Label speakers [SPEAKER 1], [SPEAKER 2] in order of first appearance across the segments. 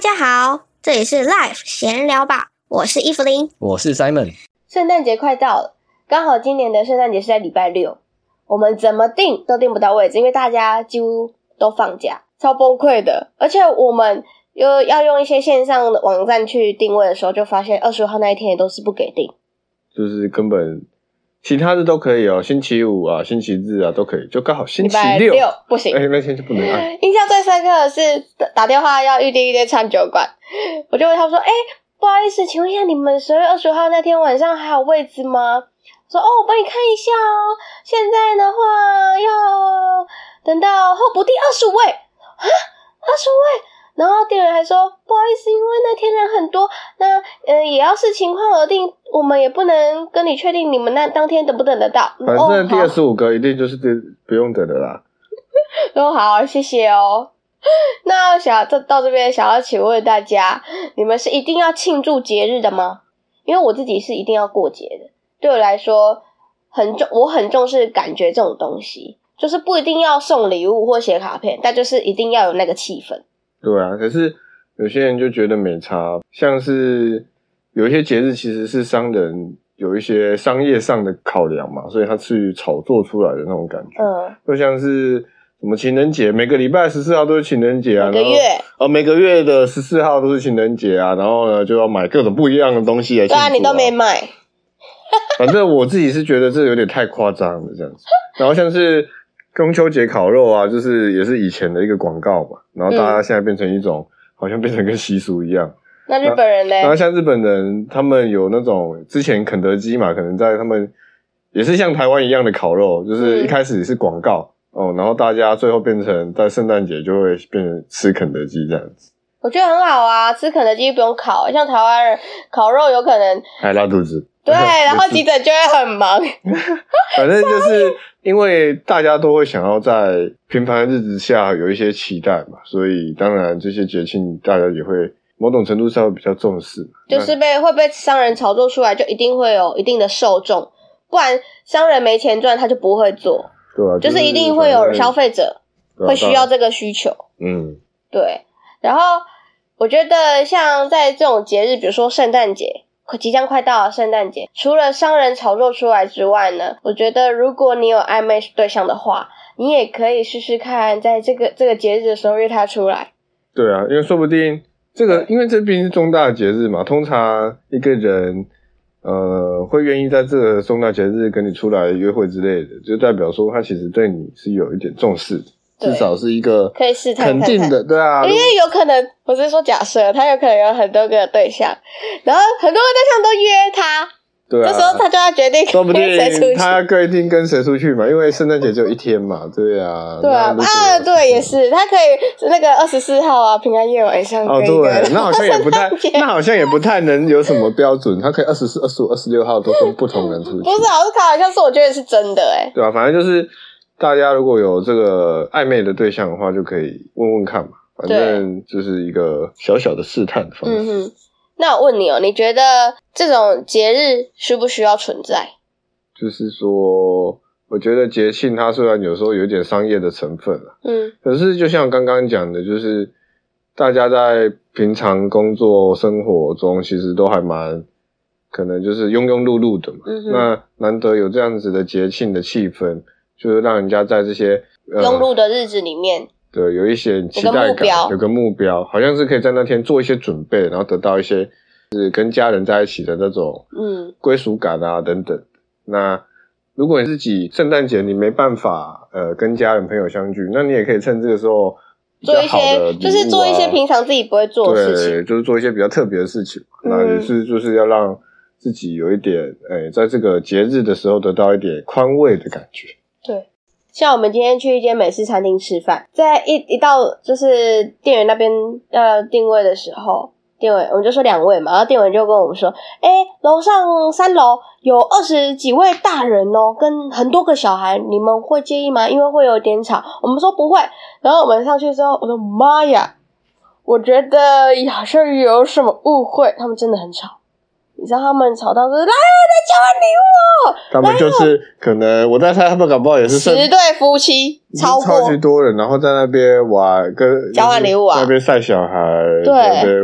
[SPEAKER 1] 家好，这里是 Life 闲聊吧，我是伊芙琳。
[SPEAKER 2] 我是 Simon，
[SPEAKER 3] 圣诞节快到了，刚好今年的圣诞节是在礼拜六，我们怎么订都订不到位置，因为大家几乎都放假，超崩溃的。而且我们又要用一些线上的网站去定位的时候，就发现二十五号那一天也都是不给定。
[SPEAKER 4] 就是根本其他的都可以哦，星期五啊、星期日啊都可以，就刚好星
[SPEAKER 3] 礼
[SPEAKER 4] 期
[SPEAKER 3] 拜
[SPEAKER 4] 六，
[SPEAKER 3] 不行
[SPEAKER 4] 哎、，那天就不能按。
[SPEAKER 3] 印象最深刻的是打打电话要预定一间餐酒馆，我就问他说：“哎、不好意思，请问一下，你们十月二十号那天晚上还有位置吗？”我说：“哦，我帮你看一下哦，现在的话要等到候补第二十位啊，二十位。”然后店员还说：“不好意思，因为那天人很多，那嗯、呃也要视情况而定，我们也不能跟你确定你们那当天等不等得到。”
[SPEAKER 4] 反正第
[SPEAKER 3] 哦、好
[SPEAKER 4] 二十五个一定就是这不用等的啦。
[SPEAKER 3] 哦，好，谢谢哦。 那想这到这边，想要请问大家，你们是一定要庆祝节日的吗？因为我自己是一定要过节的，对我来说很重，我很重视感觉这种东西，就是不一定要送礼物或写卡片，但就是一定要有那个气氛。
[SPEAKER 4] 对啊，可是有些人就觉得没差，像是有一些节日其实是商人有一些商业上的考量嘛，所以他去炒作出来的那种感觉，
[SPEAKER 3] 嗯，
[SPEAKER 4] 就像是什么情人节，每个礼拜十四号都是情人节啊，
[SPEAKER 3] 每个
[SPEAKER 4] 然后
[SPEAKER 3] 月，
[SPEAKER 4] 哦，每个月的十四号都是情人节啊，然后呢就要买各种不一样的东西来庆
[SPEAKER 3] 对
[SPEAKER 4] 祝、
[SPEAKER 3] 啊，你都没。买，
[SPEAKER 4] 反正我自己是觉得这有点太夸张了这样 子。然后像是中秋节烤肉啊，就是也是以前的一个广告嘛，然后大家现在变成一种、好像变成跟习俗一样。
[SPEAKER 3] 那日本人
[SPEAKER 4] 然后
[SPEAKER 3] 嘞？
[SPEAKER 4] 像日本人，他们有那种之前肯德基嘛，可能在他们也是像台湾一样的烤肉，就是
[SPEAKER 3] 嗯
[SPEAKER 4] 一开始是广告。哦，然后大家最后变成在圣诞节就会变成吃肯德基这样子，
[SPEAKER 3] 我觉得很好啊，吃肯德基不用烤，像台湾人烤肉有可能
[SPEAKER 4] 还拉肚子。
[SPEAKER 3] 对，然后
[SPEAKER 4] 没事
[SPEAKER 3] 急诊就会很忙。
[SPEAKER 4] 反正就是因为大家都会想要在平凡的日子下有一些期待嘛，所以当然这些节庆大家也会某种程度上会比较重视。
[SPEAKER 3] 就是被会被商人炒作出来，就一定会有一定的受众，不然商人没钱赚，他就不会做，
[SPEAKER 4] 那对啊，
[SPEAKER 3] 就是一定会有消费者
[SPEAKER 4] 对啊
[SPEAKER 3] 会需要
[SPEAKER 4] 当然
[SPEAKER 3] 这个需求，
[SPEAKER 4] 嗯，
[SPEAKER 3] 对。然后我觉得像在这种节日，比如说圣诞节，快即将快到了圣诞节，除了商人炒作出来之外呢，我觉得如果你有暧昧对象的话，你也可以试试看，在这个这个节日的时候约他出来。
[SPEAKER 4] 对啊，因为说不定这个，因为这毕竟是重大的节日嘛，通常一个人呃会愿意在这个重大节日跟你出来约会之类的，就代表说他其实对你是有一点重视的，
[SPEAKER 3] 对
[SPEAKER 4] 至少是一个
[SPEAKER 3] 可以试探
[SPEAKER 4] 肯定
[SPEAKER 3] 看哎
[SPEAKER 4] 的，对啊，
[SPEAKER 3] 因为有可能，我是说假设他有可能有很多个对象，然后很多个对象都约他，
[SPEAKER 4] 对啊，
[SPEAKER 3] 这时候他就要决定
[SPEAKER 4] 说不定
[SPEAKER 3] 跟谁出去。
[SPEAKER 4] 他规定跟谁出去嘛，因为圣诞节只有一天嘛，对啊，
[SPEAKER 3] 对啊，
[SPEAKER 4] 那如果
[SPEAKER 3] 啊，对，也。是，他可以那个二十四号啊，平安夜晚上
[SPEAKER 4] 哦，
[SPEAKER 3] 跟一个人
[SPEAKER 4] 对，那好像也 不
[SPEAKER 3] 圣
[SPEAKER 4] 太
[SPEAKER 3] 诞节，
[SPEAKER 4] 那好像也不太能有什么标准，他可以二十四、二十五、二十六号都跟不同人出去
[SPEAKER 3] 不，是啊，我是开玩笑，是我觉得是真的哎、
[SPEAKER 4] 对吧、反正就是大家如果有这个暧昧的对象的话，就可以问问看嘛，反正就是一个小小的试探的方
[SPEAKER 3] 嗯
[SPEAKER 4] 式。
[SPEAKER 3] 哼，那我问你哦，你觉得这种节日需不需要存在？
[SPEAKER 4] 就是说，我觉得节庆它虽然有时候有点商业的成分啊，
[SPEAKER 3] 嗯
[SPEAKER 4] 可是就像刚刚讲的，就是大家在平常工作生活中，其实都还蛮可能就是庸庸碌碌的嘛。
[SPEAKER 3] 嗯哼，
[SPEAKER 4] 那难得有这样子的节庆的气氛，就是让人家在这些呃
[SPEAKER 3] 庸碌的日子里面，
[SPEAKER 4] 对有一些期待
[SPEAKER 3] 有个目标
[SPEAKER 4] 感，有个目标，好像是可以在那天做一些准备，然后得到一些是跟家人在一起的那种
[SPEAKER 3] 嗯
[SPEAKER 4] 归属感啊等等。那如果你自己圣诞节你没办法呃跟家人朋友相聚，那你也可以趁这个时候比较
[SPEAKER 3] 做一
[SPEAKER 4] 好的
[SPEAKER 3] 些
[SPEAKER 4] 礼物啊
[SPEAKER 3] 就是做一些平常自己不会做的事情。
[SPEAKER 4] 对，就是做一些比较特别的事情嘛。
[SPEAKER 3] 嗯
[SPEAKER 4] 那也是就是要让自己有一点哎、在这个节日的时候得到一点宽慰的感觉。
[SPEAKER 3] 对，像我们今天去一间美式餐厅吃饭，在一一到就是店员那边要定位的时候，店员我们就说两位嘛，然后店员就跟我们说，哎、楼上三楼有二十几位大人哦，跟很多个小孩，你们会介意吗？因为会有点吵。我们说不会，然后我们上去之后，我的妈呀，我觉得好像有什么误会，他们真的很吵。你知道他们吵到说来，我交换礼物，
[SPEAKER 4] 他们就是可能我在猜，他们搞不好也是剩
[SPEAKER 3] 十对夫妻
[SPEAKER 4] 已经
[SPEAKER 3] 超过
[SPEAKER 4] 超级多人，然后在那边玩跟
[SPEAKER 3] 交换礼物啊
[SPEAKER 4] 在那边晒小孩，
[SPEAKER 3] 对
[SPEAKER 4] 哎、
[SPEAKER 3] 哎、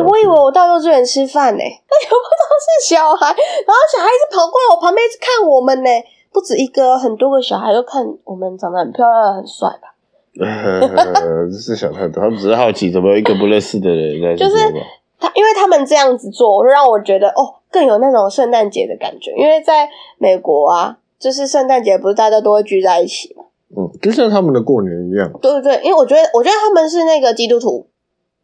[SPEAKER 3] 我以为我到幼稚园吃饭呢、 那全部都是小孩，然后小孩一直跑过来我旁边一直看我们呢、不止一个，很多个小孩都看我们长得很漂亮、很帅吧。
[SPEAKER 4] 呃， 是想太多，他们只是好奇，怎么一个不认识的人在这
[SPEAKER 3] 就是
[SPEAKER 4] 边玩
[SPEAKER 3] 他因为他们这样子做，让我觉得哦，更有那种圣诞节的感觉。因为在美国啊，就是圣诞节不是大家都会聚在一起嘛，
[SPEAKER 4] 嗯，就像他们的过年一样，
[SPEAKER 3] 对不对？因为我觉得，我觉得他们是那个基督徒，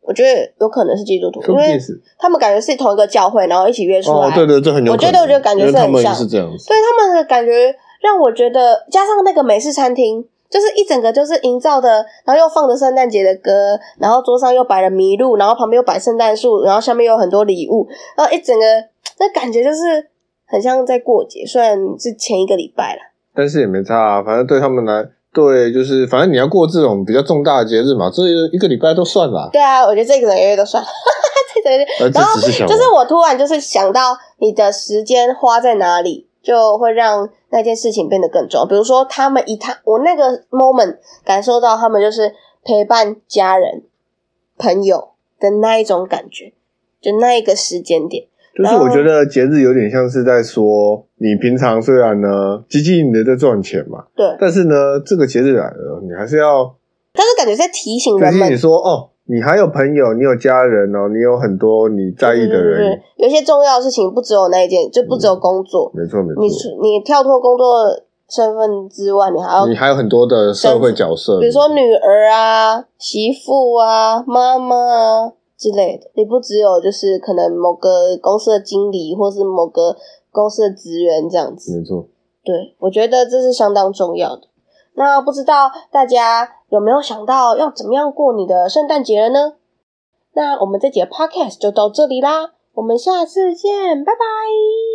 [SPEAKER 3] 我觉得有可能是基督徒，
[SPEAKER 4] 说
[SPEAKER 3] 因
[SPEAKER 4] 不
[SPEAKER 3] 为
[SPEAKER 4] 定是
[SPEAKER 3] 他们感觉是同一个教会，然后一起约出来。
[SPEAKER 4] 哦，对对，这很有
[SPEAKER 3] 我
[SPEAKER 4] 可能。
[SPEAKER 3] 觉得我觉得感觉
[SPEAKER 4] 因为
[SPEAKER 3] 是很
[SPEAKER 4] 他们
[SPEAKER 3] 像
[SPEAKER 4] 是这样子，
[SPEAKER 3] 对他们的感觉让我觉得，加上那个美式餐厅，就是一整个就是营造的，然后又放着圣诞节的歌，然后桌上又摆了麋鹿，然后旁边又摆圣诞树，然后下面又有很多礼物，然后一整个那感觉就是很像在过节，虽然是前一个礼拜了。
[SPEAKER 4] 但是也没差、啊，反正对他们来，对，就是反正你要过这种比较重大的节日嘛，这一个礼拜都算啦，
[SPEAKER 3] 对啊，我觉得这个整个月都算了， 这整个月
[SPEAKER 4] 而这
[SPEAKER 3] 然后
[SPEAKER 4] 只是小玩
[SPEAKER 3] 就是我突然就是想到你的时间花在哪里，就会让那件事情变得更重要。比如说，他们一趟，我那个 moment 感受到他们就是陪伴家人、朋友的那一种感觉，就那一个时间点。
[SPEAKER 4] 就是我觉得节日有点像是在说，你平常虽然呢积极你的在赚钱嘛，
[SPEAKER 3] 对，
[SPEAKER 4] 但是呢这个节日来了，你还是要
[SPEAKER 3] 但是感觉在提醒
[SPEAKER 4] 提
[SPEAKER 3] 人
[SPEAKER 4] 醒
[SPEAKER 3] 们
[SPEAKER 4] 你，说哦，你还有朋友，你有家人哦，你有很多你在意
[SPEAKER 3] 对对嗯
[SPEAKER 4] 的
[SPEAKER 3] 对
[SPEAKER 4] 人
[SPEAKER 3] 对，有一些重要的事情不只有那一件，就不只有工作，
[SPEAKER 4] 没错没
[SPEAKER 3] 你
[SPEAKER 4] 错，
[SPEAKER 3] 你跳脱工作身份之外，你还要
[SPEAKER 4] 你还有很多的社会角色，
[SPEAKER 3] 比如说女儿啊、媳妇啊、妈妈啊之类的。你不只有就是可能某个公司的经理，或是某个公司的职员这样子。
[SPEAKER 4] 没错，
[SPEAKER 3] 对，我觉得这是相当重要的。那不知道大家有没有想到要怎么样过你的圣诞节了呢？那我们这节 podcast 就到这里啦，我们下次见，拜拜。